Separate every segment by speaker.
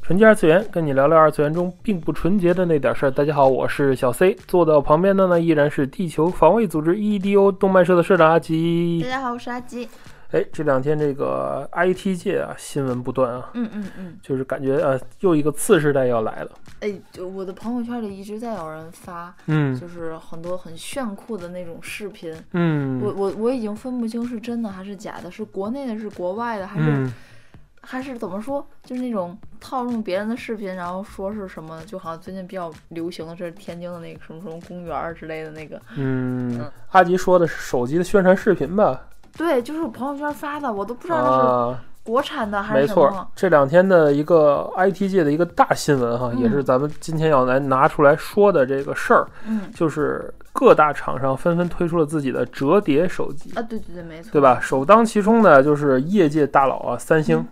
Speaker 1: 纯洁二次元，跟你聊聊二次元中并不纯洁的那点事儿。大家好，我是小 C，坐到我旁边的呢依然是地球防卫组织 EDO 动漫社的社长阿吉
Speaker 2: 大。家好，我是阿吉。
Speaker 1: 哎，这两天这个 IT 界啊新闻不断啊，
Speaker 2: 嗯嗯嗯，
Speaker 1: 就是感觉呃又一个次世代要来了。
Speaker 2: 哎，就我的朋友圈里一直在有人发，
Speaker 1: 嗯
Speaker 2: 就是很多很炫酷的那种视频。我
Speaker 1: 嗯
Speaker 2: 我我已经分不清是真的还是假的，是国内的，是国外的，还是、
Speaker 1: 嗯，
Speaker 2: 还是怎么说？就是那种套用别人的视频，然后说是什么，就好像最近比较流行的是天津的那个什么什么公园儿之类的那个。
Speaker 1: 嗯，阿吉说的是手机的宣传视频吧？
Speaker 2: 对，就是我朋友圈发的，我都不知道那是
Speaker 1: 啊，
Speaker 2: 国产的还
Speaker 1: 没
Speaker 2: 是什
Speaker 1: 错
Speaker 2: 么。，
Speaker 1: 这两天的一个 IT 界的一个大新闻哈，
Speaker 2: 嗯
Speaker 1: 也是咱们今天要来拿出来说的这个事儿。
Speaker 2: 嗯
Speaker 1: 就是各大厂商纷纷推出了自己的折叠手机，
Speaker 2: 啊，对对对，没错，
Speaker 1: 对吧？首当其冲的就是业界大佬啊，三星，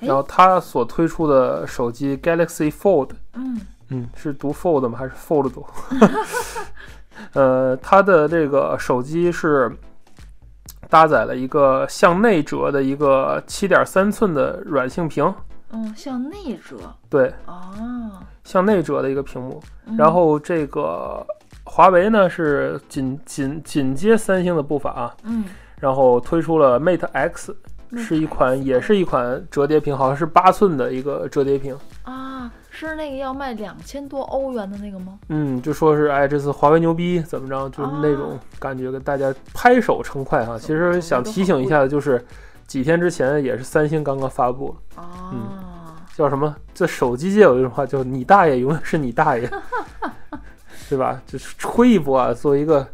Speaker 2: 哎
Speaker 1: 然后它所推出的手机 Galaxy Fold，
Speaker 2: 嗯
Speaker 1: 嗯，是读 Fold 吗？还是 Fold 读？呃，它的这个手机是搭载了一个向内折的一个七点三寸的软性屏，
Speaker 2: 嗯，向内折
Speaker 1: 对，
Speaker 2: 啊。
Speaker 1: 向内折的一个屏幕，
Speaker 2: 嗯
Speaker 1: 然后这个华为呢是紧紧紧接三星的步伐啊，
Speaker 2: 嗯，
Speaker 1: 然后推出了 Mate X，
Speaker 2: Mate
Speaker 1: 是一款也是一款折叠屏，好像是八寸的一个折叠屏。
Speaker 2: 啊，是那个要卖两千多欧元的那个吗？
Speaker 1: 嗯，就说是哎，这次华为牛逼，怎么着，就是
Speaker 2: 啊
Speaker 1: 那种感觉，给大家拍手称快哈、其
Speaker 2: 哦
Speaker 1: 实想提醒一下的就是，几天之前也是三星刚刚发布了，
Speaker 2: 啊，
Speaker 1: 叫什么？这手机界有一种话叫“你大爷，永远是你大 爷”，对吧？就是吹一波啊，作为一个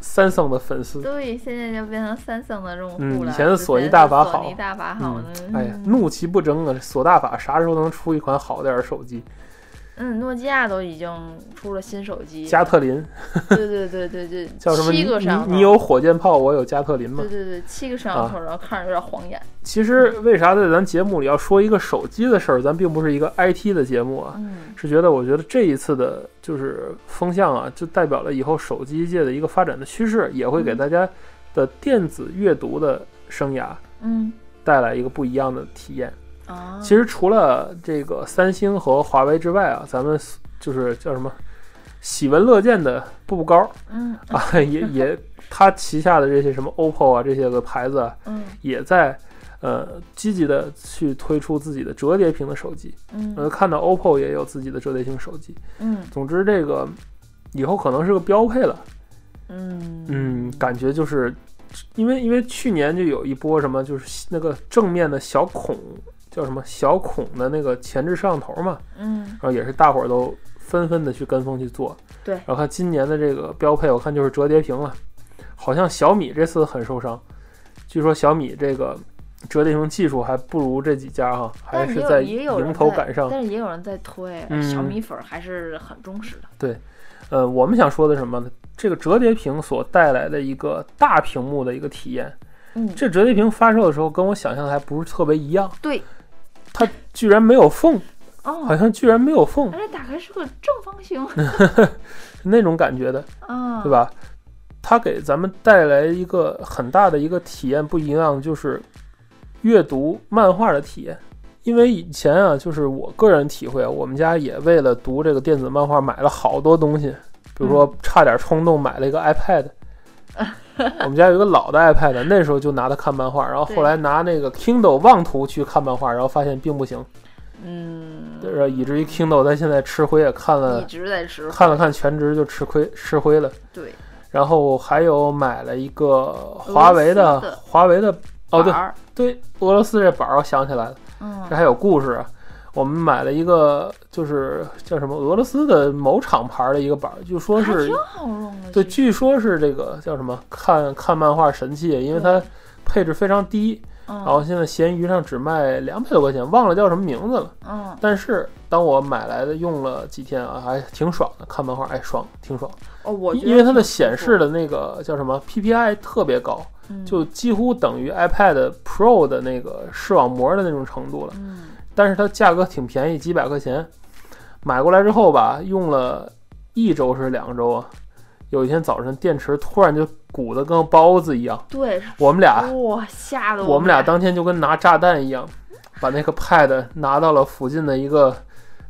Speaker 1: 三星的粉丝，
Speaker 2: 对，现在就变成三星的用
Speaker 1: 嗯
Speaker 2: 户了。
Speaker 1: 以前的
Speaker 2: 之
Speaker 1: 索尼
Speaker 2: 前
Speaker 1: 大
Speaker 2: 是
Speaker 1: 法
Speaker 2: 索
Speaker 1: 好
Speaker 2: 尼大法
Speaker 1: 嗯
Speaker 2: 好呢。，
Speaker 1: 哎呀，
Speaker 2: 嗯
Speaker 1: 怒其不争啊！索大法啥时候能出一款好点儿的手机？
Speaker 2: 嗯，诺基亚都已经出了新手机，
Speaker 1: 加特林
Speaker 2: 对对对对对，
Speaker 1: 叫什么？
Speaker 2: 七
Speaker 1: 你
Speaker 2: 个摄像头，
Speaker 1: 你你有火箭炮，我有加特林吗
Speaker 2: 对？对对，七个摄像头，
Speaker 1: 啊
Speaker 2: 然后看着有点晃眼。
Speaker 1: 其实为啥在咱节目里要说一个手机的事儿？咱并不是一个 IT 的节目啊，
Speaker 2: 嗯
Speaker 1: 是觉得我觉得这一次的就是风向啊，就代表了以后手机界的一个发展的趋势，也会给
Speaker 2: 嗯
Speaker 1: 大家的电子阅读的生涯
Speaker 2: 嗯
Speaker 1: 带来一个不一样的体验。
Speaker 2: 啊，
Speaker 1: 其实除了这个三星和华为之外啊，咱们就是叫什么喜闻乐见的步步高
Speaker 2: 嗯
Speaker 1: 啊，也也它旗下的这些什么 OPPO 啊这些个牌子啊，
Speaker 2: 嗯
Speaker 1: 也在呃积极的去推出自己的折叠屏的手机。呃，
Speaker 2: 嗯
Speaker 1: 看到 OPPO 也有自己的折叠屏手机。
Speaker 2: 嗯
Speaker 1: 总之，这个以后可能是个标配了。
Speaker 2: 嗯
Speaker 1: 嗯，感觉就是因为因为去年就有一波什么，就是那个正面的小孔叫什么小孔的那个前置摄像头嘛，
Speaker 2: 嗯
Speaker 1: 然后也是大伙儿都纷纷的去跟风去做。
Speaker 2: 对
Speaker 1: 然后看今年的这个标配，我看就是折叠屏了，好像小米这次很受伤，据说小米这个。折叠屏技术还不如这几家哈，还
Speaker 2: 但是
Speaker 1: 是
Speaker 2: 也
Speaker 1: 在
Speaker 2: 有也有人
Speaker 1: 迎头
Speaker 2: 在
Speaker 1: 赶上。
Speaker 2: 但是也有人在推，
Speaker 1: 嗯
Speaker 2: 小米粉儿还是很忠实的。
Speaker 1: 呃，我们想说的是什么呢？这个折叠屏所带来的一个大屏幕的一个体验，
Speaker 2: 嗯，
Speaker 1: 这折叠屏发售的时候跟我想象的还不是特别一样，
Speaker 2: 对，
Speaker 1: 它居然没有缝，
Speaker 2: 哦，
Speaker 1: 好像居然没有缝
Speaker 2: 而且打开是个正方 形，
Speaker 1: 那种感觉的，
Speaker 2: 啊，
Speaker 1: 对？吧？它给咱们带来一个很大的一个体验不一样，就是阅读漫画的体验。因为以前啊，就是我个人体会啊，我们家也为了读这个电子漫画买了好多东西，比如说差点冲动买了一个 iPad。我们家有一个老的 iPad，那时候就拿它看漫画，然后后来拿那个 Kindle 妄图去看漫画，然后发现并不行，
Speaker 2: 嗯，
Speaker 1: 然后以至于 Kindle 它现在吃灰也看了
Speaker 2: 一直在吃，
Speaker 1: 看了看全职就吃亏吃灰了。
Speaker 2: 对，
Speaker 1: 然后还有买了一个华为
Speaker 2: 俄
Speaker 1: 的
Speaker 2: 罗斯的
Speaker 1: 华为的哦对
Speaker 2: 板儿
Speaker 1: 对俄罗斯这板儿我想起来了，这
Speaker 2: 嗯
Speaker 1: 还有故事啊。我们买了一个就是叫什么俄罗斯的某厂牌儿的一个板儿，据说
Speaker 2: 还
Speaker 1: 是
Speaker 2: 挺好用的，
Speaker 1: 对，
Speaker 2: 其实
Speaker 1: 据说是这个叫什么看看漫画神器，因为它配置非常低，
Speaker 2: 嗯
Speaker 1: 然后现在闲鱼上只卖两百多块钱，忘了叫什么名字了。
Speaker 2: 嗯，
Speaker 1: 但是当我买来的用了几天啊，还挺爽的，看漫画哎爽，挺爽。
Speaker 2: 哦，我觉得
Speaker 1: 因为它的
Speaker 2: 挺
Speaker 1: 显
Speaker 2: 不错
Speaker 1: 示的那个叫什么 PPI 特别高，
Speaker 2: 嗯
Speaker 1: 就几乎等于 iPad Pro 的那个视网膜的那种程度了。
Speaker 2: 嗯
Speaker 1: 但是它价格挺便宜，几百块钱。买过来之后吧，用了一周是两周啊。有一天早晨，电池突然就鼓得跟包子一样，
Speaker 2: 对，
Speaker 1: 我们俩
Speaker 2: 哇，吓得
Speaker 1: 啊我们俩
Speaker 2: 当
Speaker 1: 当天就跟拿炸弹一样，把那个 Pad 拿到了附近的一个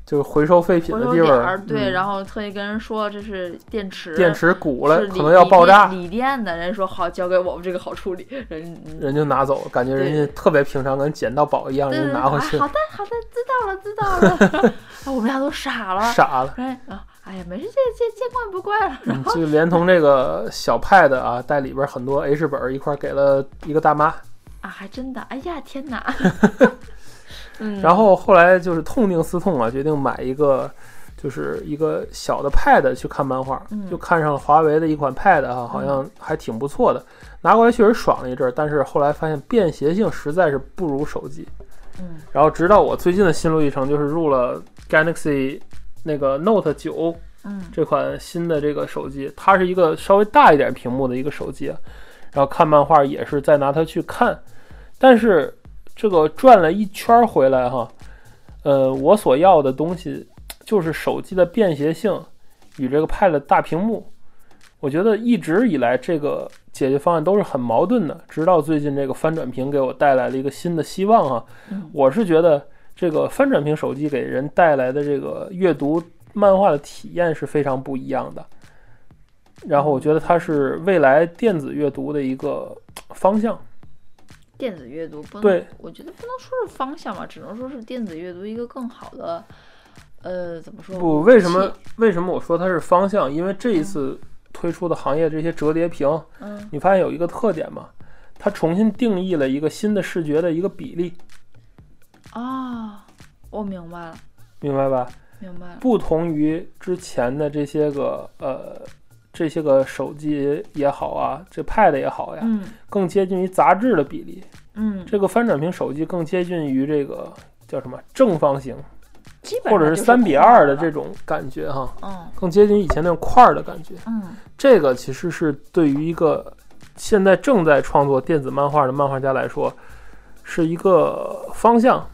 Speaker 1: 就是回收废品
Speaker 2: 回
Speaker 1: 的
Speaker 2: 收
Speaker 1: 地
Speaker 2: 点
Speaker 1: 方
Speaker 2: 儿，，对，
Speaker 1: 嗯
Speaker 2: 然后特意跟人说这是电池，
Speaker 1: 电池鼓了
Speaker 2: 是，
Speaker 1: 可能要爆炸，
Speaker 2: 锂电的人说好，交给我们这个好处理， 人嗯
Speaker 1: 人就拿走了，感觉人家特别平常，跟捡到宝一样，
Speaker 2: 对
Speaker 1: 人
Speaker 2: 对
Speaker 1: 家拿回
Speaker 2: 对
Speaker 1: 去
Speaker 2: 啊好的好的，知道了知 道了，啊，我们俩都傻了，
Speaker 1: 傻了。
Speaker 2: 哎啊，哎呀，没事，这这见怪不怪了。
Speaker 1: 嗯就连同这个小 Pad 啊，带里边很多 H 本儿一块儿给了一个大妈，
Speaker 2: 啊，还真的，哎呀，天哪！ 嗯，
Speaker 1: 然后后来就是痛定思痛啊，决定买一个，就是一个小的 Pad 去看漫画，
Speaker 2: 嗯
Speaker 1: 就看上了华为的一款 Pad 啊，好像还挺不错的，拿过来确实爽了一阵儿，但是后来发现便携性实在是不如手机。
Speaker 2: 嗯
Speaker 1: 然后直到我最近的心路历程就是入了 Galaxy 那个 Note 九
Speaker 2: 嗯
Speaker 1: 这款新的这个手机，它是一个稍微大一点屏幕的一个手机啊，然后看漫画也是在拿它去看，但是这个转了一圈儿回来哈，呃，我所要的东西就是手机的便携性与这个 Pad 的大屏幕，我觉得一直以来这个解决方案都是很矛盾的，直到最近这个翻转屏给我带来了一个新的希望哈
Speaker 2: 嗯，
Speaker 1: 我是觉得这个翻转屏手机给人带来的这个阅读漫画的体验是非常不一样的。然后我觉得它是未来电子阅读的一个方向，
Speaker 2: 电子阅读不能，
Speaker 1: 对，
Speaker 2: 我觉得不能说是方向吧，只能说是电子阅读一个更好的，呃，怎么说？
Speaker 1: 不，
Speaker 2: 武
Speaker 1: 为什么
Speaker 2: 器？
Speaker 1: 为什么我说它是方向？因为这一次推出的行业这些折叠屏，
Speaker 2: 嗯，
Speaker 1: 你发现有一个特点嘛，它重新定义了一个新的视觉的一个比例，
Speaker 2: 啊，我明白了，
Speaker 1: 明白吧？
Speaker 2: 明白了。
Speaker 1: 不同于之前的这些个呃这些个手机也好啊，这 Pad 也好呀，
Speaker 2: 嗯
Speaker 1: 更接近于杂志的比例。
Speaker 2: 嗯，
Speaker 1: 这个翻转屏手机更接近于这个叫什么正方形，
Speaker 2: 基本
Speaker 1: 或者
Speaker 2: 上
Speaker 1: 是
Speaker 2: 就
Speaker 1: 三比二的这
Speaker 2: 空的了，
Speaker 1: 种感觉哈，
Speaker 2: 嗯
Speaker 1: 更接近于以前那种块儿的感觉。
Speaker 2: 嗯
Speaker 1: 这个其实是对于一个现在正在创作电子漫画的漫画家来说，是一个方向。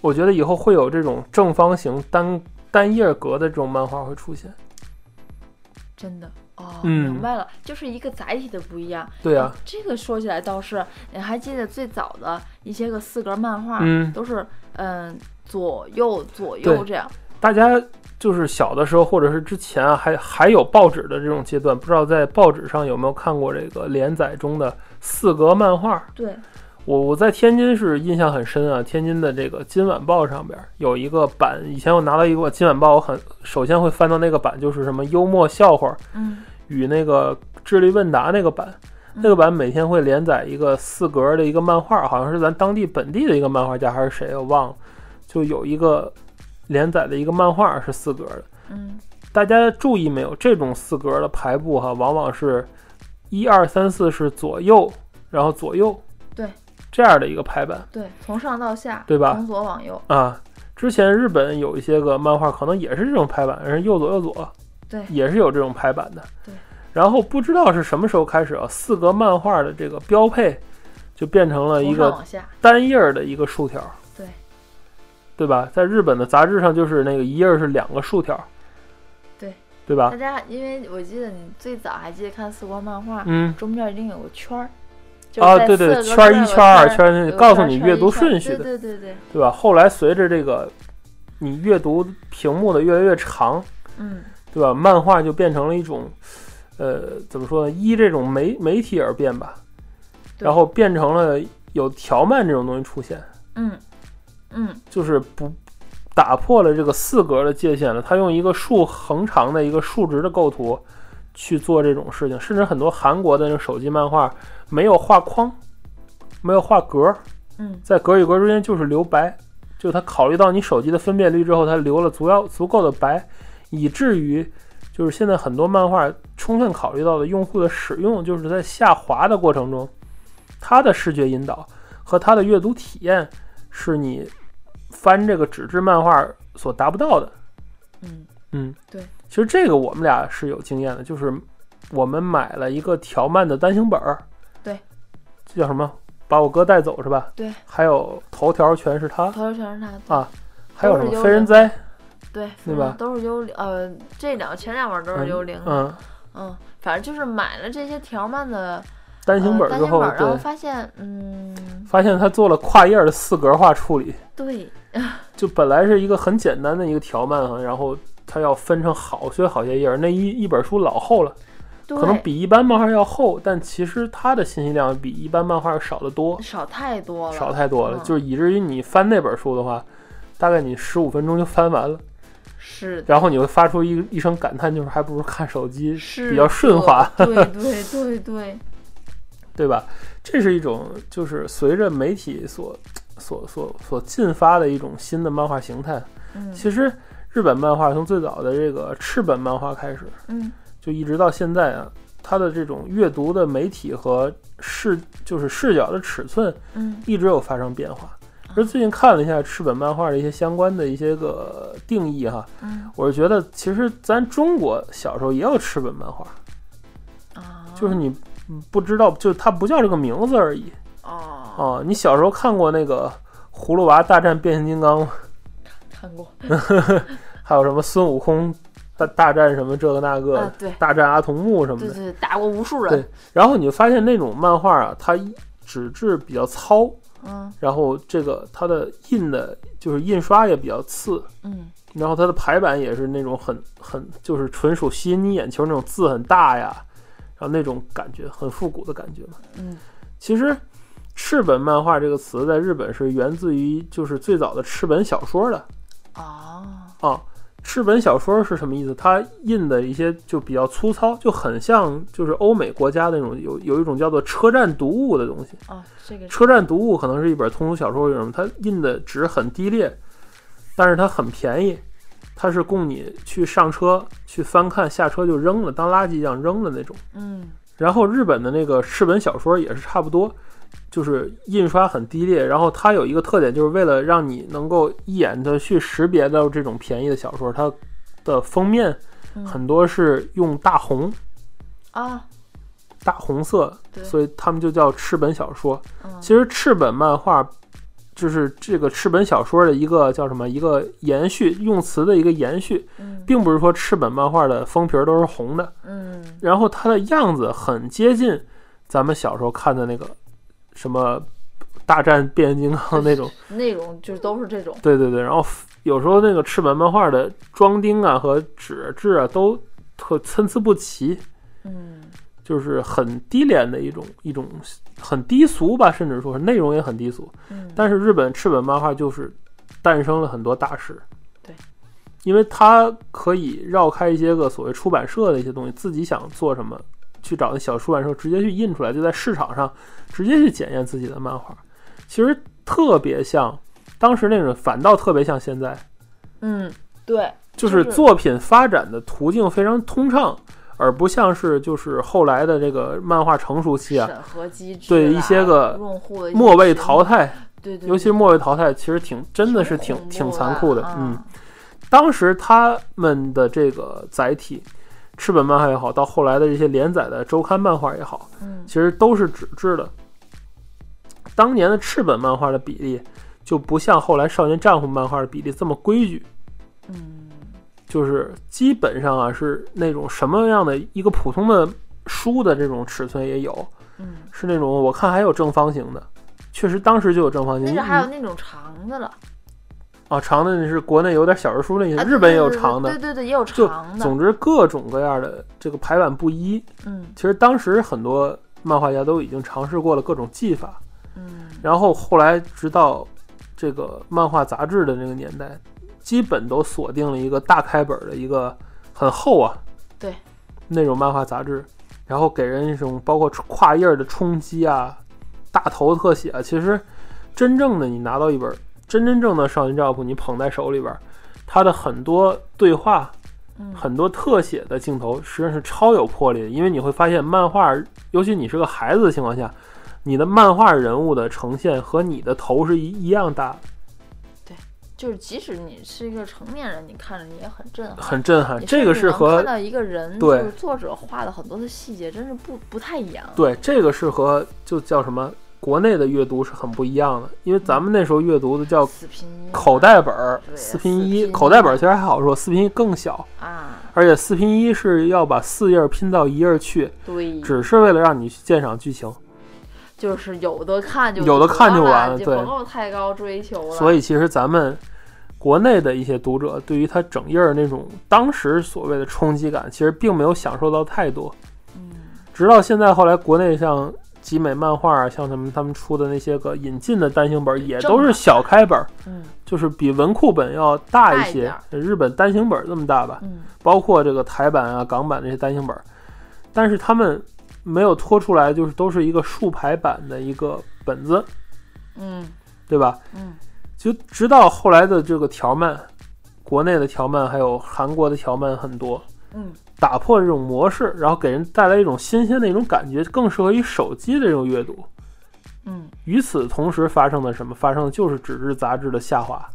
Speaker 1: 我觉得以后会有这种正方形单单页格的这种漫画会出现。
Speaker 2: 真的。哦，
Speaker 1: 嗯
Speaker 2: 明白了，就是一个载体的不一样。
Speaker 1: 对啊，
Speaker 2: 这个说起来倒是，你还记得最早的一些个四格漫画，
Speaker 1: 嗯，
Speaker 2: 都是嗯左右左右
Speaker 1: 对
Speaker 2: 这样。
Speaker 1: 大家就是小的时候或者是之前啊，还还有报纸的这种阶段，不知道在报纸上有没有看过这个连载中的四格漫画？
Speaker 2: 对，
Speaker 1: 我我在天津是印象很深啊，天津的这个《今晚报》上边有一个版，以前我拿到一个《今晚报》，我很首先会翻到那个版，就是什么幽默笑话
Speaker 2: 嗯，
Speaker 1: 与那个智力问答那个版，
Speaker 2: 嗯
Speaker 1: 那个版每天会连载一个四格的一个漫画，好像是咱当地本地的一个漫画家还是谁，我忘了，就有一个连载的一个漫画是四格的。
Speaker 2: 嗯
Speaker 1: 大家注意没有？这种四格的排布哈，往往是一二三四是左右，然后左右，
Speaker 2: 对，
Speaker 1: 这样的一个排版，
Speaker 2: 对，从上到下，
Speaker 1: 对吧
Speaker 2: 从左往右，
Speaker 1: 啊。之前日本有一些个漫画，可能也是这种排版，是右左右左，
Speaker 2: 对
Speaker 1: 也是有这种排版的。
Speaker 2: 对。
Speaker 1: 然后不知道是什么时候开始啊，四格漫画的这个标配就变成了一
Speaker 2: 从上
Speaker 1: 个
Speaker 2: 往下，
Speaker 1: 单页儿的一个竖条，
Speaker 2: 对，
Speaker 1: 对吧？在日本的杂志上，就是那个一页儿是两个竖条，
Speaker 2: 对，
Speaker 1: 对吧
Speaker 2: 大？家，因为我记得你最早还记得看四国漫画，
Speaker 1: 嗯，
Speaker 2: 中间一定有个圈儿，就
Speaker 1: 啊，
Speaker 2: 在
Speaker 1: 对对，圈
Speaker 2: 四格
Speaker 1: 儿
Speaker 2: 上
Speaker 1: 一
Speaker 2: 有
Speaker 1: 圈儿二
Speaker 2: 个
Speaker 1: 圈儿那
Speaker 2: 有
Speaker 1: 个
Speaker 2: 个
Speaker 1: 告诉
Speaker 2: 圈儿
Speaker 1: 你
Speaker 2: 圈儿
Speaker 1: 阅
Speaker 2: 一
Speaker 1: 读
Speaker 2: 圈儿
Speaker 1: 顺序的，
Speaker 2: 对对对对，
Speaker 1: 对吧？后来随着这个你阅读屏幕的越来越长，
Speaker 2: 嗯，
Speaker 1: 对吧？漫画就变成了一种，呃，怎么说呢？依这种媒媒体而变吧，
Speaker 2: 对
Speaker 1: 然后变成了有条漫这种东西出现，
Speaker 2: 嗯嗯
Speaker 1: 就是不打破了这个四格的界限了。它用一个竖横长的一个竖直的构图去做这种事情，甚至很多韩国的那种手机漫画没有画框，没有画格，
Speaker 2: 嗯
Speaker 1: 在格与格之间就是留白，就它考虑到你手机的分辨率之后，它留了足要足够的白，以至于就是现在很多漫画充分考虑到了用户的使用，就是在下滑的过程中，它的视觉引导和它的阅读体验是你翻这个纸质漫画所达不到的。
Speaker 2: 嗯，
Speaker 1: 嗯，
Speaker 2: 对。
Speaker 1: 其实这个我们俩是有经验的，就是我们买了一个条漫的单行本儿，
Speaker 2: 对，
Speaker 1: 这叫什么？把我哥带走是吧？
Speaker 2: 对。
Speaker 1: 还有头条全是他，
Speaker 2: 头条全是他，对
Speaker 1: 啊还有什
Speaker 2: 都是
Speaker 1: 么
Speaker 2: 优
Speaker 1: 飞人
Speaker 2: 人
Speaker 1: 哉？
Speaker 2: 对，
Speaker 1: 对吧
Speaker 2: 都是幽灵，呃，这两前两本都
Speaker 1: 嗯
Speaker 2: 是幽灵的，
Speaker 1: 嗯，
Speaker 2: 嗯，反正就是买了这些条漫的
Speaker 1: 单行本儿
Speaker 2: 呃、单
Speaker 1: 之
Speaker 2: 行
Speaker 1: 后，
Speaker 2: 本儿，然后
Speaker 1: 对，
Speaker 2: 发现，嗯，
Speaker 1: 发现他做了跨页的四格化处理，
Speaker 2: 对，
Speaker 1: 就本来是一个很简单的一个条漫哈，然后他要分成好些好些页儿，那一一本书老厚了，
Speaker 2: 对，
Speaker 1: 可能比一般漫画要厚，但其实它的信息量比一般漫画要少得多，
Speaker 2: 少太多了，
Speaker 1: 少太多了，
Speaker 2: 嗯
Speaker 1: 就是以至于你翻那本书的话，大概你十五分钟就翻完了，
Speaker 2: 是的
Speaker 1: 然后你会发出一一声感叹，就是还不如看手机
Speaker 2: 是
Speaker 1: 比较顺滑，
Speaker 2: 的对对对对，
Speaker 1: 对吧？这是一种就是随着媒体所所所所进发的一种新的漫画形态。
Speaker 2: 嗯
Speaker 1: 其实日本漫画从最早的这个赤本漫画开始，
Speaker 2: 嗯
Speaker 1: 就一直到现在啊，它的这种阅读的媒体和视就是视角的尺寸
Speaker 2: 嗯
Speaker 1: 一直有发生变化。而最近看了一下赤本漫画的一些相关的一些个定义哈，
Speaker 2: 嗯
Speaker 1: 我是觉得其实咱中国小时候也有赤本漫画，
Speaker 2: 啊，
Speaker 1: 就是你不知道，就它不叫这个名字而已
Speaker 2: 哦，
Speaker 1: 啊。你小时候看过那个《葫芦娃大战变形金刚》吗？
Speaker 2: 看过
Speaker 1: 还有什么孙悟空大大战什么这个那个
Speaker 2: 啊，，对
Speaker 1: 大战阿童木什么
Speaker 2: 对
Speaker 1: 的。
Speaker 2: 对，打过无数
Speaker 1: 对
Speaker 2: 人，
Speaker 1: 然后你就发现那种漫画啊，它纸质比较糙，
Speaker 2: 嗯
Speaker 1: 然后这个它的印的就是印刷也比较次，
Speaker 2: 嗯
Speaker 1: 然后它的排版也是那种很很就是纯属吸引你眼球那种字很大呀，然后那种感觉很复古的感觉嘛。
Speaker 2: 嗯
Speaker 1: 其实“赤本漫画”这个词在日本是源自于就是最早的赤本小说的
Speaker 2: 哦，
Speaker 1: 啊。赤本小说是什么意思？它印的一些就比较粗糙，就很像就是欧美国家那种有有一种叫做车站读物的东西。
Speaker 2: 哦，这个
Speaker 1: 车站读物可能是一本通俗小说或者什么，它印的纸很低劣，但是它很便宜，它是供你去上车去翻看，下车就扔了，当垃圾一样扔的那种。
Speaker 2: 嗯
Speaker 1: 然后日本的那个赤本小说也是差不多，就是印刷很低劣，然后它有一个特点，就是为了让你能够一眼的去识别到这种便宜的小说，它的封面
Speaker 2: 嗯
Speaker 1: 很多是用大红、
Speaker 2: 啊，
Speaker 1: 大红色，
Speaker 2: 对，
Speaker 1: 所以他们就叫赤本小说。
Speaker 2: 嗯
Speaker 1: 其实赤本漫画就是这个赤本小说的一个叫什么一个延续，用词的一个延续，
Speaker 2: 嗯
Speaker 1: 并不是说赤本漫画的封皮儿都是红的，
Speaker 2: 嗯
Speaker 1: 然后它的样子很接近咱们小时候看的那个什么大战变形金刚那种，
Speaker 2: 内容就是都是这种，
Speaker 1: 对对对，然后有时候那个赤本漫画的装订啊和纸质啊都特参差不齐，
Speaker 2: 嗯
Speaker 1: 就是很低廉的一种一种很低俗吧，甚至说是内容也很低俗。
Speaker 2: 嗯，
Speaker 1: 但是日本赤本漫画就是诞生了很多大师，
Speaker 2: 对，
Speaker 1: 因为它可以绕开一些个所谓出版社的一些东西，自己想做什么，去找那小出版社直接去印出来，就在市场上直接去检验自己的漫画。其实特别像当时那种，反倒特别像现在，
Speaker 2: 嗯对，
Speaker 1: 就是
Speaker 2: 就是
Speaker 1: 作品发展的途径非常通畅，而不像是就是后来的这个漫画成熟期啊，
Speaker 2: 审核机制
Speaker 1: 对
Speaker 2: 啦
Speaker 1: 一些个
Speaker 2: 用户的一些
Speaker 1: 末位
Speaker 2: 群
Speaker 1: 淘，汰。
Speaker 2: 对对，
Speaker 1: 尤其是末位淘汰，其实挺真的是挺
Speaker 2: 恐怖
Speaker 1: 挺残酷的。
Speaker 2: 啊
Speaker 1: 嗯，，当时他们的这个载体，赤本漫画也好，到后来的这些连载的周刊漫画也好，
Speaker 2: 嗯
Speaker 1: 其实都是纸质的。当年的赤本漫画的比例就不像后来少年战魂漫画的比例这么规矩，
Speaker 2: 嗯
Speaker 1: 就是基本上啊是那种什么样的一个普通的书的这种尺寸也有，
Speaker 2: 嗯，
Speaker 1: 是那种我看还有正方形的，确实当时就有正方形。
Speaker 2: 那
Speaker 1: 你
Speaker 2: 就还有那种长的了，
Speaker 1: 啊，长的那是国内有点小人书那些，
Speaker 2: 啊
Speaker 1: 嗯日本也有
Speaker 2: 对对对
Speaker 1: 长的
Speaker 2: 对，对对，也有
Speaker 1: 就
Speaker 2: 长的，
Speaker 1: 总之各种各样的这个排版不一。
Speaker 2: 嗯
Speaker 1: 其实当时很多漫画家都已经尝试过了各种技法，
Speaker 2: 嗯
Speaker 1: 然后后来直到这个漫画杂志的那个年代，基本都锁定了一个大开本的一个很厚啊，
Speaker 2: 对，
Speaker 1: 那种漫画杂志，然后给人一种包括跨页的冲击啊，大头特写啊，其实真正的你拿到一本真真正的少年 Jump，你捧在手里边，它的很多对话、
Speaker 2: 嗯，
Speaker 1: 很多特写的镜头，实际上是超有魄力的，因为你会发现漫画，尤其你是个孩子的情况下，你的漫画人物的呈现和你的头是一一样大，
Speaker 2: 就是即使你是一个成年人，你看着你也很震撼。
Speaker 1: 很震撼。
Speaker 2: 你
Speaker 1: 这个
Speaker 2: 甚至
Speaker 1: 是
Speaker 2: 能
Speaker 1: 和
Speaker 2: 看到一个人，
Speaker 1: 对
Speaker 2: 就是作者画的很多的细节，真是不不太一样。
Speaker 1: 对，这个是和就叫什么国内的阅读是很不一样的，因为咱们那时候阅读的叫
Speaker 2: 死拼音
Speaker 1: 口袋本儿
Speaker 2: 对
Speaker 1: 四拼
Speaker 2: 四
Speaker 1: 一，
Speaker 2: 拼一
Speaker 1: 口袋本儿其实还好说，四拼一更小，
Speaker 2: 啊，
Speaker 1: 而且四拼一是要把四页拼到一页去，
Speaker 2: 对，
Speaker 1: 只是为了让你去鉴赏剧情。
Speaker 2: 就是有的看就
Speaker 1: 有的看就
Speaker 2: 得
Speaker 1: 完了
Speaker 2: 就
Speaker 1: 对
Speaker 2: 不够太高追求了。
Speaker 1: 所以其实咱们国内的一些读者对于它整页儿那种当时所谓的冲击感，其实并没有享受到太多。
Speaker 2: 嗯，
Speaker 1: 直到现在，后来国内像集美漫画啊，像他们他们出的那些个引进的单行本儿，也
Speaker 2: 正
Speaker 1: 都是
Speaker 2: 版
Speaker 1: 小开本儿，
Speaker 2: 嗯
Speaker 1: 就是比文库本要大
Speaker 2: 大
Speaker 1: 一
Speaker 2: 一
Speaker 1: 些
Speaker 2: 点儿，
Speaker 1: 日本单行本儿这么大吧，
Speaker 2: 嗯，
Speaker 1: 包括这个台版啊、港版这些单行本儿，但是他们没有拖出来，就是都是一个竖排版的一个本子，
Speaker 2: 嗯
Speaker 1: 对吧？
Speaker 2: 嗯，
Speaker 1: 就直到后来的这个条漫，国内的条漫还有韩国的条漫很多，
Speaker 2: 嗯，
Speaker 1: 打破这种模式，然后给人带来一种新鲜的一种感觉，更适合于手机的这种阅读。
Speaker 2: 嗯，
Speaker 1: 与此同时发生的什么？发生的就是纸质杂志的下滑。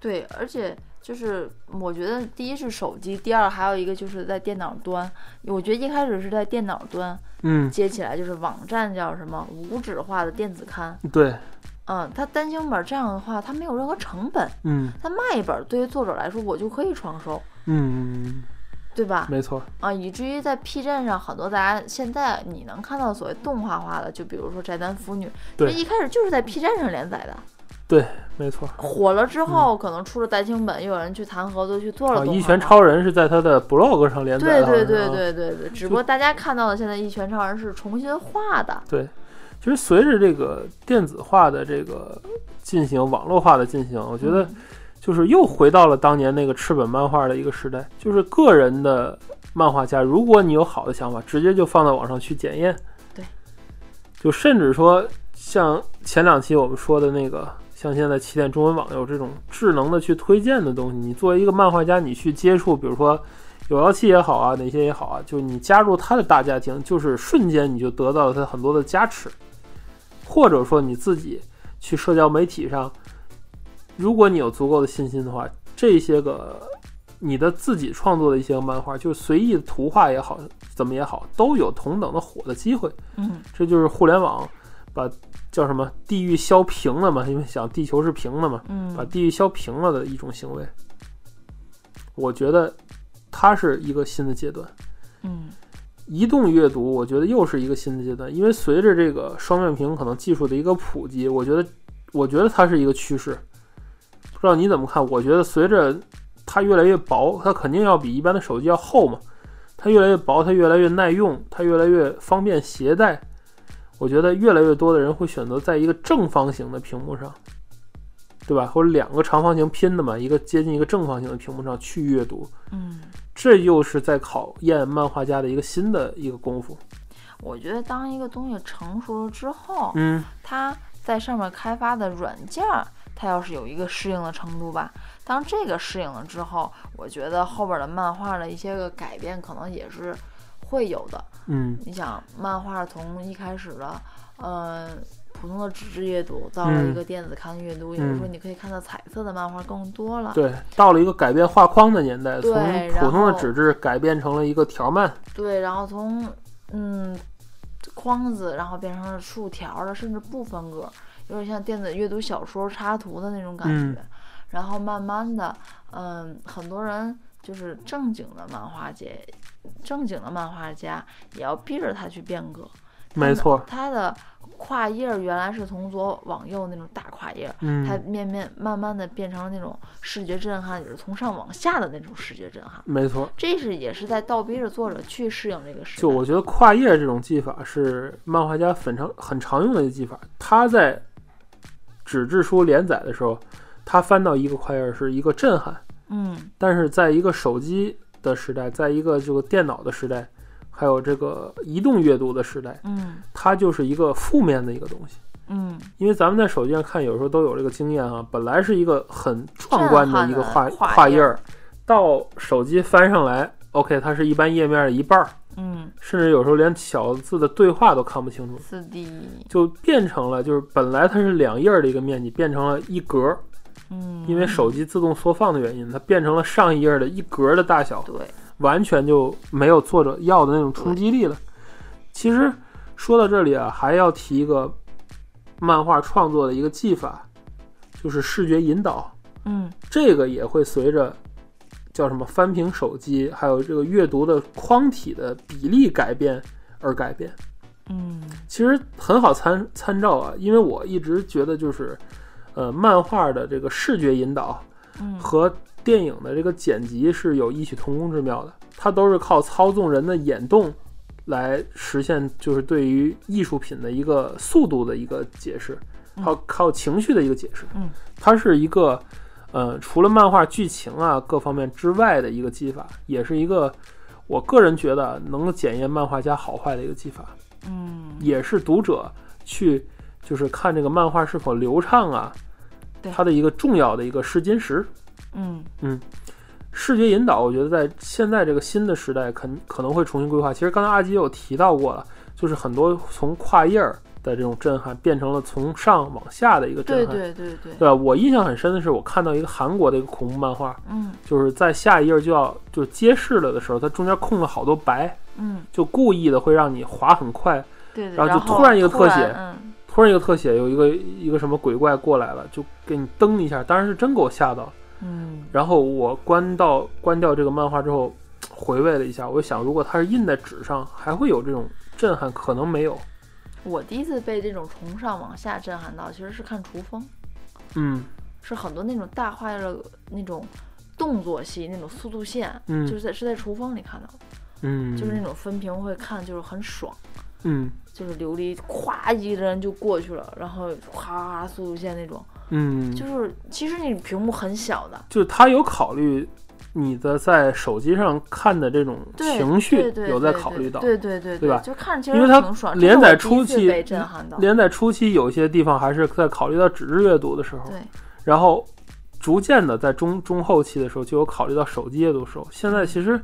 Speaker 2: 对，而且就是我觉得，第一是手机，第二还有一个就是在电脑端。我觉得一开始是在电脑端
Speaker 1: 嗯，
Speaker 2: 接起来，就是网站叫什么无纸化的电子刊，
Speaker 1: 对，
Speaker 2: 嗯，它单行本这样的话，它没有任何成本，
Speaker 1: 嗯
Speaker 2: 它卖一本对于作者来说，我就可以创收，
Speaker 1: 嗯，
Speaker 2: 对吧？
Speaker 1: 没错，
Speaker 2: 啊，以至于在 P 站上，很多大家现在你能看到所谓动画化的，就比如说《宅男腐女》，这
Speaker 1: 对
Speaker 2: 一开始就是在 P 站上连载的，
Speaker 1: 没错。
Speaker 2: 火了之后，可能出了单行本，又有人去谈合作，去做
Speaker 1: 嗯
Speaker 2: 了
Speaker 1: 啊，
Speaker 2: 动画化。
Speaker 1: 一拳超人是在他的 blog 上连载
Speaker 2: 对
Speaker 1: 的，
Speaker 2: 对对
Speaker 1: 好像是啊。
Speaker 2: 对对对，只不过大家看到的现在一拳超人是重新画的，
Speaker 1: 其实随着这个电子化的这个进行，网络化的进行，我觉得
Speaker 2: 嗯
Speaker 1: 就是又回到了当年那个赤本漫画的一个时代，就是个人的漫画家，如果你有好的想法，直接就放到网上去检验。
Speaker 2: 对，
Speaker 1: 就甚至说像前两期我们说的那个，像现在起点中文网有这种智能的去推荐的东西，你作为一个漫画家，你去接触，比如说。有妖气也好啊，哪些也好啊，就是你加入他的大家庭，就是瞬间你就得到了他很多的加持，或者说你自己去社交媒体上如果你有足够的信心的话，这些个你的自己创作的一些漫画，就是随意的图画也好，怎么也好，都有同等的火的机会。
Speaker 2: 嗯
Speaker 1: 这就是互联网把叫什么地域削平了嘛，因为想地球是平的嘛，把
Speaker 2: 嗯，
Speaker 1: 地域削平了的一种行为。我觉得它是一个新的阶段。
Speaker 2: 嗯
Speaker 1: 移动阅读，我觉得又是一个新的阶段，因为随着这个双面屏可能技术的一个普及，我觉得，我觉得它是一个趋势。不知道你怎么看？我觉得随着它越来越薄，它肯定要比一般的手机要厚嘛。它越来越薄，它越来越耐用，它越来越方便携带。我觉得越来越多的人会选择在一个正方形的屏幕上，对吧？或者两个长方形拼的嘛，一个接近一个正方形的屏幕上去阅读。
Speaker 2: 嗯，
Speaker 1: 这又是在考验漫画家的一个新的一个功夫。
Speaker 2: 我觉得当一个东西成熟了之后，
Speaker 1: 嗯，
Speaker 2: 它在上面开发的软件儿，它要是有一个适应的程度吧，当这个适应了之后，我觉得后边的漫画的一些个改变可能也是会有的。
Speaker 1: 嗯，
Speaker 2: 你想，漫画从一开始的，呃，普通的纸质阅读，到了一个电子刊阅读，也就是说
Speaker 1: 嗯
Speaker 2: 你可以看到彩色的漫画更多了。
Speaker 1: 对，到了一个改变画框的年代，
Speaker 2: 对
Speaker 1: 从
Speaker 2: 然后
Speaker 1: 普通的纸质改变成了一个条漫。
Speaker 2: 对，然后从嗯框子，然后变成了竖条的，甚至不分格，有点像电子阅读小说插图的那种感
Speaker 1: 嗯
Speaker 2: 觉。然后慢慢的，嗯，很多人就是正经的漫画界，正经的漫画家也要逼着他去变革。
Speaker 1: 没错，
Speaker 2: 他的跨页儿原来是从左往右那种大跨页儿，它
Speaker 1: 嗯，
Speaker 2: 面面慢慢的变成了那种视觉震撼，也是从上往下的那种视觉震撼。
Speaker 1: 没错。
Speaker 2: 这是也是在倒逼着作者去适应这个时代。
Speaker 1: 就我觉得跨页这种技法是漫画家很常很常用的一个技法。他在纸质书连载的时候，他翻到一个跨页是一个震撼，
Speaker 2: 嗯
Speaker 1: 但是在一个手机的时代，在一个这个电脑的时代，还有这个移动阅读的时代，
Speaker 2: 嗯
Speaker 1: 它就是一个负面的一个东西。
Speaker 2: 嗯，
Speaker 1: 因为咱们在手机上看，有时候都有这个经验啊。本来是一个很壮观的一个
Speaker 2: 震撼
Speaker 1: 跨
Speaker 2: 的跨
Speaker 1: 跨页
Speaker 2: 页
Speaker 1: 儿，到手机翻上来，OK，它是一般页面的一半儿，
Speaker 2: 嗯，
Speaker 1: 甚至有时候连小字的对话都看不清楚，
Speaker 2: 四 D，
Speaker 1: 就变成了就是本来它是两页儿的一个面积，变成了一格儿，
Speaker 2: 嗯，
Speaker 1: 因为手机自动缩放的原因，它变成了上一页儿的一格儿的大小，
Speaker 2: 对，
Speaker 1: 完全就没有作者要的那种冲击力了。其实说到这里啊，还要提一个漫画创作的一个技法，就是视觉引导。
Speaker 2: 嗯
Speaker 1: 这个也会随着叫什么翻屏手机，还有这个阅读的框体的比例改变而改变。
Speaker 2: 嗯
Speaker 1: 其实很好参参照啊，因为我一直觉得就是，呃，漫画的这个视觉引导
Speaker 2: 嗯，
Speaker 1: 和电影的这个剪辑是有异曲同工之妙的，它都是靠操纵人的眼动来实现，就是对于艺术品的一个速度的一个解释，
Speaker 2: 嗯
Speaker 1: 靠靠情绪的一个解释。
Speaker 2: 嗯，
Speaker 1: 它是一个，呃，除了漫画剧情啊各方面之外的一个技法，也是一个我个人觉得能够检验漫画家好坏的一个技法。
Speaker 2: 嗯，
Speaker 1: 也是读者去就是看这个漫画是否流畅啊
Speaker 2: 对，
Speaker 1: 它的一个重要的一个试金石。
Speaker 2: 嗯
Speaker 1: 视觉引导，我觉得在现在这个新的时代肯，可能会重新规划。其实刚才阿基也有提到过了，就是很多从跨页儿的这种震撼，变成了从上往下的一个震
Speaker 2: 对
Speaker 1: 撼。
Speaker 2: 对对对，
Speaker 1: 对吧？我印象很深的是，我看到一个韩国的一个恐怖漫画，
Speaker 2: 嗯
Speaker 1: 就是在下一页就要就是揭示了的时候，它中间空了好多白，
Speaker 2: 嗯
Speaker 1: 就故意的会让你划很快，
Speaker 2: 对对，
Speaker 1: 然后
Speaker 2: 然
Speaker 1: 就突然一个
Speaker 2: 突
Speaker 1: 特写
Speaker 2: 嗯
Speaker 1: 突然一个特写，有一个一个什么鬼怪过来了，就给你蹬一下，当然是真给我吓到了。
Speaker 2: 嗯
Speaker 1: 然后我关到关掉这个漫画之后，回味了一下，我想如果它是印在纸上，还会有这种震撼，可能没有。
Speaker 2: 我第一次被这种从上往下震撼到，其实是看《厨风》，
Speaker 1: 嗯
Speaker 2: 是很多那种大画面的那种动作戏，那种速度线，
Speaker 1: 嗯
Speaker 2: 就是在是在《厨风》里看到的，
Speaker 1: 嗯，
Speaker 2: 就是那种分屏会看，就是很爽。
Speaker 1: 嗯
Speaker 2: 就是琉璃，咵一个人就过去了，然后咵速度线那种，
Speaker 1: 嗯，就
Speaker 2: 就是其实你屏幕很小的，
Speaker 1: 就是他有考虑你的在手机上看的这种
Speaker 2: 对
Speaker 1: 情绪
Speaker 2: 对对，
Speaker 1: 有在
Speaker 2: 对
Speaker 1: 考虑到。
Speaker 2: 对对对
Speaker 1: 对吧
Speaker 2: 就看着其
Speaker 1: 因为
Speaker 2: 实
Speaker 1: 它
Speaker 2: 挺爽，
Speaker 1: 连载
Speaker 2: 这是我
Speaker 1: 初
Speaker 2: 第一次
Speaker 1: 期
Speaker 2: 被震撼到，
Speaker 1: 连在初期有些地方还是在考虑到纸质阅读的时候，
Speaker 2: 对，
Speaker 1: 然后逐渐的在中中后期的时候就有考虑到手机阅读时候。现在其实，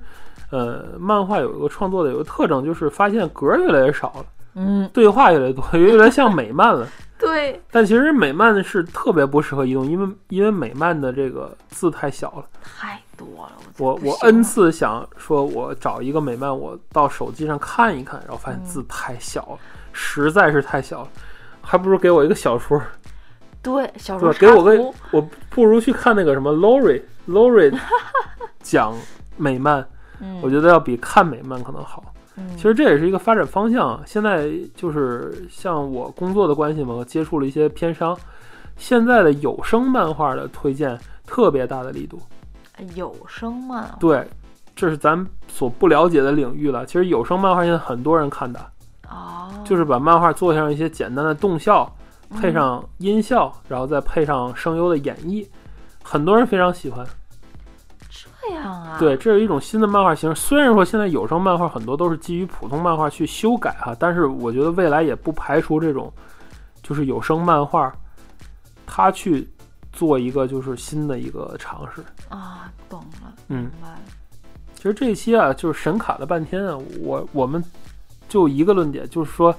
Speaker 1: 呃，漫画有一个创作的有个特征，就是发现格儿越来越少了，
Speaker 2: 嗯，
Speaker 1: 对话越来越多，越来越像美漫了。
Speaker 2: 对，
Speaker 1: 但其实美漫是特别不适合移动，因为因为美漫的这个字太小了。
Speaker 2: 太多了，
Speaker 1: 我
Speaker 2: 我真
Speaker 1: 我
Speaker 2: 不行
Speaker 1: n
Speaker 2: 了
Speaker 1: 次想说，我找一个美漫，我到手机上看一看，然后发现
Speaker 2: 嗯
Speaker 1: 字太小了，实在是太小了，还不如给我一个小说。
Speaker 2: 对小
Speaker 1: 对
Speaker 2: 说
Speaker 1: 吧？给我
Speaker 2: 插
Speaker 1: 个
Speaker 2: 图，
Speaker 1: 我不如去看那个什么 Lori Lori 讲美漫，
Speaker 2: 嗯，
Speaker 1: 我觉得要比看美漫可能好。
Speaker 2: 嗯
Speaker 1: 其实这也是一个发展方向啊。现在就是像我工作的关系嘛，我接触了一些片商，现在的有声漫画的推荐特别大的力度。
Speaker 2: 哎有声漫画
Speaker 1: 对，这是咱所不了解的领域了。其实有声漫画现在很多人看的，
Speaker 2: 哦，
Speaker 1: 就是把漫画做上一些简单的动效，
Speaker 2: 嗯
Speaker 1: 配上音效，然后再配上声优的演绎，很多人非常喜欢。
Speaker 2: 这样啊，
Speaker 1: 对，这是一种新的漫画形式。虽然说现在有声漫画很多都是基于普通漫画去修改哈，但是我觉得未来也不排除这种，就是有声漫画，它去做一个就是新的一个尝试。
Speaker 2: 啊，懂了，
Speaker 1: 嗯
Speaker 2: 明白了，
Speaker 1: 其实这一期啊，就是神卡了半天啊，我我们就一个论点，就是说，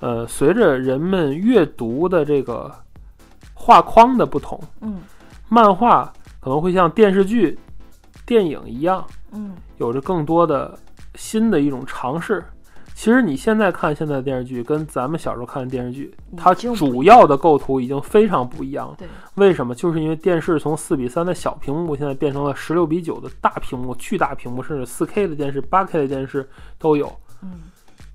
Speaker 1: 呃，随着人们阅读的这个画框的不同，
Speaker 2: 嗯
Speaker 1: 漫画可能会像电视剧、电影一样，
Speaker 2: 嗯
Speaker 1: 有着更多的新的一种尝试。其实你现在看现在的电视剧，跟咱们小时候看的电视剧，它
Speaker 2: 已嗯经不
Speaker 1: 主要的构图已经非常不一样了。
Speaker 2: 对，
Speaker 1: 为什么？就是因为电视从四比三的小屏幕，现在变成了十六比九的大屏幕、巨大屏幕，甚至四 K 的电视、八 K 的电视都有，
Speaker 2: 嗯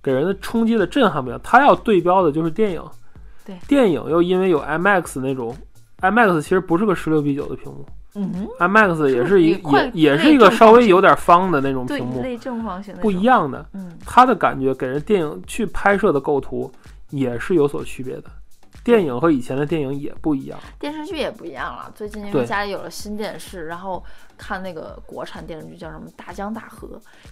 Speaker 1: 给人的冲击的震撼不一样。它要对标的就是电影，
Speaker 2: 对
Speaker 1: 电影又因为有 IMAX 那种，IMAX 其实不是个十六比九的屏幕
Speaker 2: 嗯，
Speaker 1: ，IMAX 也是
Speaker 2: 是
Speaker 1: 一
Speaker 2: 一块
Speaker 1: 也也是一个稍微有点方的那种
Speaker 2: 对，
Speaker 1: 屏幕，
Speaker 2: 类正方形那
Speaker 1: 不
Speaker 2: 种
Speaker 1: 一，样的。
Speaker 2: 嗯
Speaker 1: 它的感觉给人电影去拍摄的构图也是有所区别的，电影和以前的电影也不一样。
Speaker 2: 电视剧也不一样了。最近因
Speaker 1: 对
Speaker 2: 为家里有了新电视，然后看那个国产电视剧叫什么《大江大河》。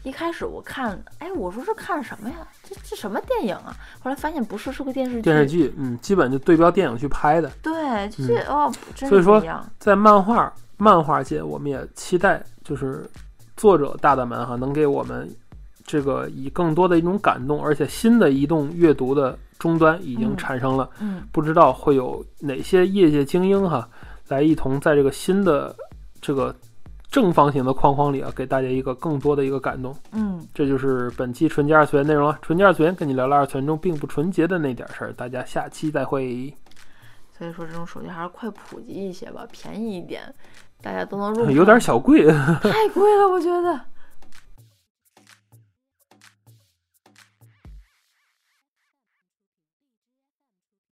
Speaker 2: 一开始我看，哎，我说这看什么呀？这这什么电影啊？后来发现不是，是个电视剧。
Speaker 1: 电视剧，嗯，基本就对标电影去拍的。
Speaker 2: 对，这这、哦，真
Speaker 1: 所以
Speaker 2: 是不
Speaker 1: 说
Speaker 2: 一样。
Speaker 1: 在漫画漫画界，我们也期待就是作者大大们哈能给我们这个以更多的一种感动，而且新的移动阅读的终端已经
Speaker 2: 嗯
Speaker 1: 产生了，
Speaker 2: 嗯
Speaker 1: 不知道会有哪些业界精英哈来一同在这个新的这个正方形的框框里啊，给大家一个更多的一个感动。
Speaker 2: 嗯，
Speaker 1: 这就是本期纯洁二次元内容了。纯洁二次元跟你聊聊二次元中并不纯洁的那点事儿，大家下期再会。
Speaker 2: 所以说这种手机还是快普及一些吧，便宜一点，大家都能入 手。
Speaker 1: 有点小贵，
Speaker 2: 太贵了，我觉得。